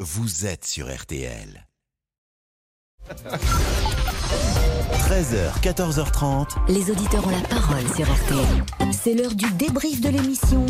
vous êtes sur RTL. 13h, 14h30. Les auditeurs ont la parole sur RTL. C'est l'heure du débrief de l'émission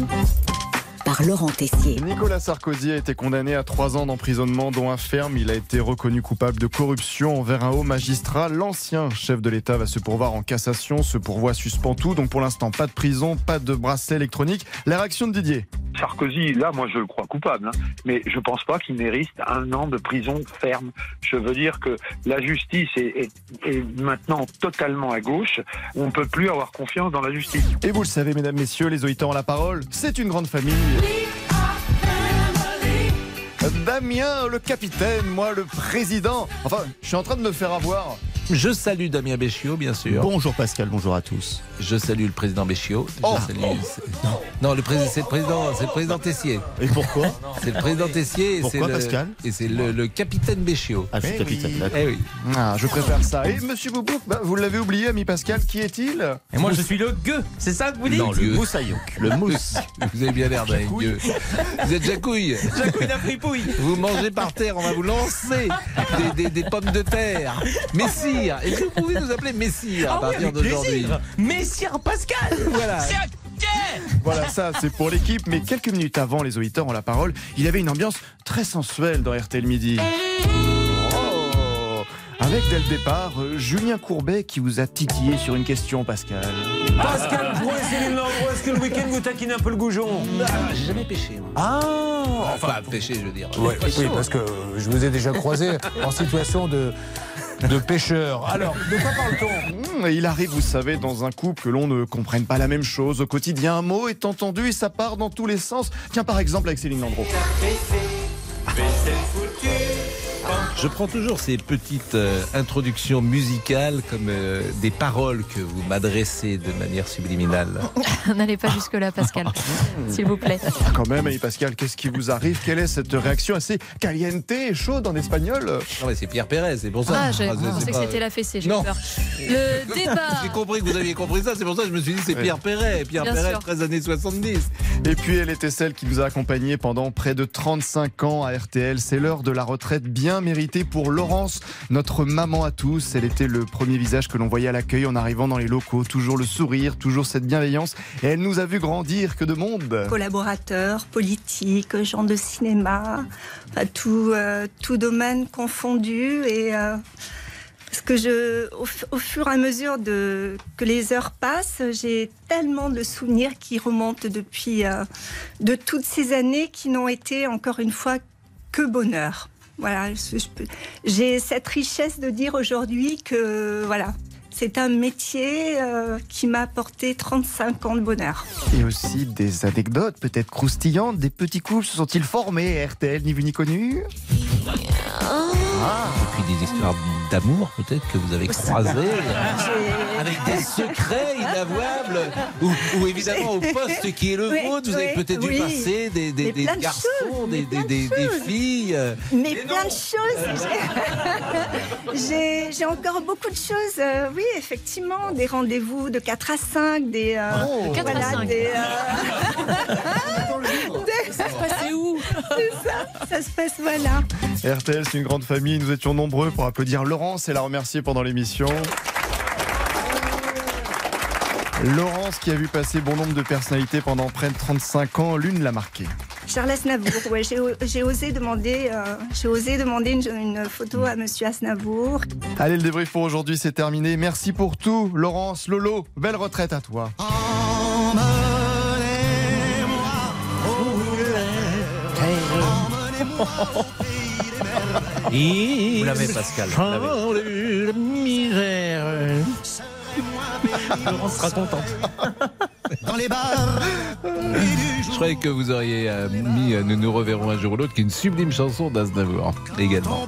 par Laurent Tessier. Nicolas Sarkozy a été condamné à trois ans d'emprisonnement, dont un ferme. Il a été reconnu coupable de corruption envers un haut magistrat. L'ancien chef de l'État va se pourvoir en cassation. Ce pourvoi suspend tout. Donc pour l'instant, pas de prison, pas de bracelet électronique. La réaction de Didier Sarkozy, là, moi, je le crois coupable, hein, mais je pense pas qu'il mérite un an de prison ferme. Je veux dire que la justice est, est, est maintenant totalement à gauche. On ne peut plus avoir confiance dans la justice. Et vous le savez, mesdames, messieurs, les auditeurs ont la parole. C'est une grande famille. Damien, le capitaine, moi, le président. Enfin, je suis en train de me faire avoir. Je salue Damien Béchiot, bien sûr. Bonjour Pascal, bonjour à tous. Je salue le président Béchiot. Je Oh. salue- Non, non, le président, c'est le président, c'est le président Tessier. Et pourquoi C'est le président Tessier. et Pourquoi, c'est le- Pascal Et c'est le, le capitaine Béchiot. Ah, je suis Eh capitaine, oui. d'accord. Eh oui. Ah, je préfère ça. Et monsieur Boubouk, bah, vous l'avez oublié, ami Pascal, qui est-il Et moi, je suis le gueux. C'est ça que vous dites Non, le gueux. Moussaillonc, le mousse. Vous avez bien l'air d'un gueux. Vous êtes jacouille. Jacouille la fripouille. Vous mangez par terre, on va vous lancer des, des- des pommes de terre. Messire. Est-ce que vous pouvez nous appeler Messire à Ah oui, partir avec d'aujourd'hui plaisir. Messire Pascal. Voilà. C'est un gueux. Voilà, ça, c'est pour l'équipe. Mais quelques minutes avant, les auditeurs ont la parole. Il avait une ambiance très sensuelle dans RTL Midi. Oh Avec dès le départ, euh, Julien Courbet qui vous a titillé sur une question, Pascal. Pascal, pourquoi Céline Landreau Est-ce que le week-end vous taquine un peu le goujon Ah, J'ai jamais pêché, moi. Ah Enfin, pêché, je veux dire. Ouais, oui, parce que je vous ai déjà croisé en situation de, de pêcheur. Alors, de quoi parle-t-on Mmh, et il arrive, vous savez, dans un couple que l'on ne comprenne pas la même chose au quotidien. Un mot est entendu et ça part dans tous les sens. Tiens, par exemple, avec Céline Landreau. Je prends toujours ces petites euh, introductions musicales comme euh, des paroles que vous m'adressez de manière subliminale. N'allez pas jusque-là, Pascal, s'il vous plaît. Ah, Quand même, et Pascal, qu'est-ce qui vous arrive Quelle est cette réaction assez caliente et chaude en espagnol Non mais c'est Pierre Pérez, c'est pour ça. Ah, j'ai Ah, c'est- pensé c'est que pas- c'était la fessée, j'ai Non. peur. Le débat. J'ai compris que vous aviez compris ça, c'est pour ça que je me suis dit c'est Ouais. Pierre Perret, Pierre Bien Perret, sûr. 13 années 70. Et puis elle était celle qui nous a accompagnés pendant près de 35 ans à RTL. C'est l'heure de la retraite bien méritée pour Laurence, notre maman à tous. Elle était le premier visage que l'on voyait à l'accueil en arrivant dans les locaux. Toujours le sourire, toujours cette bienveillance. Et elle nous a vu grandir, que de monde collaborateurs, politiques, gens de cinéma, enfin, tout, euh, tout domaine confondu. Et euh, parce que je, au, f- au fur et à mesure de, que les heures passent, j'ai tellement de souvenirs qui remontent depuis euh, de toutes ces années qui n'ont été encore une fois que bonheur. Voilà, je- je peux- j'ai cette richesse de dire aujourd'hui que voilà, c'est un métier euh, qui m'a apporté 35 ans de bonheur. Et aussi des anecdotes peut-être croustillantes. Des petits couples se sont-ils formés à RTL, ni vu ni connu Et puis des histoires d'amour peut-être que vous avez croisées. J'ai- Avec des secrets inavouables, ou, ou évidemment au poste qui est le Oui, vôtre, vous avez oui, peut-être dû oui. passer des, des- Mais des plein de garçons, des, choses, mais des- plein de des- des choses. filles. euh, Mais plein de choses. J'ai j'ai encore beaucoup de choses. euh, oui, effectivement, des rendez-vous de 4 à 5, des. euh, De 4 à voilà, 5. des, euh, des- C'est ça, ça se passe, voilà. RTL, c'est une grande famille. Nous étions nombreux pour applaudir Laurence et la remercier pendant l'émission. Laurence qui a vu passer bon nombre de personnalités pendant près de 35 ans, l'une l'a marquée. Charles Aznavour, ouais, j'ai o- j'ai osé demander, euh, j'ai osé demander une, une photo à monsieur Aznavour. Allez, le débrief pour aujourd'hui, c'est terminé. Merci pour tout, Laurence, Lolo. Belle retraite à toi. Vous l'avez, Pascal. vous l'avez. Laurence sera contente. Je croyais que vous auriez euh, mis euh, Nous nous reverrons un jour ou l'autre, qui est une sublime chanson d'Aznavour également.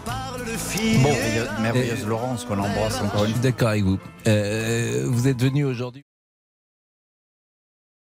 Bon, merveilleuse Laurence qu'on embrasse encore Je suis d'accord avec vous. Euh, vous êtes venu aujourd'hui.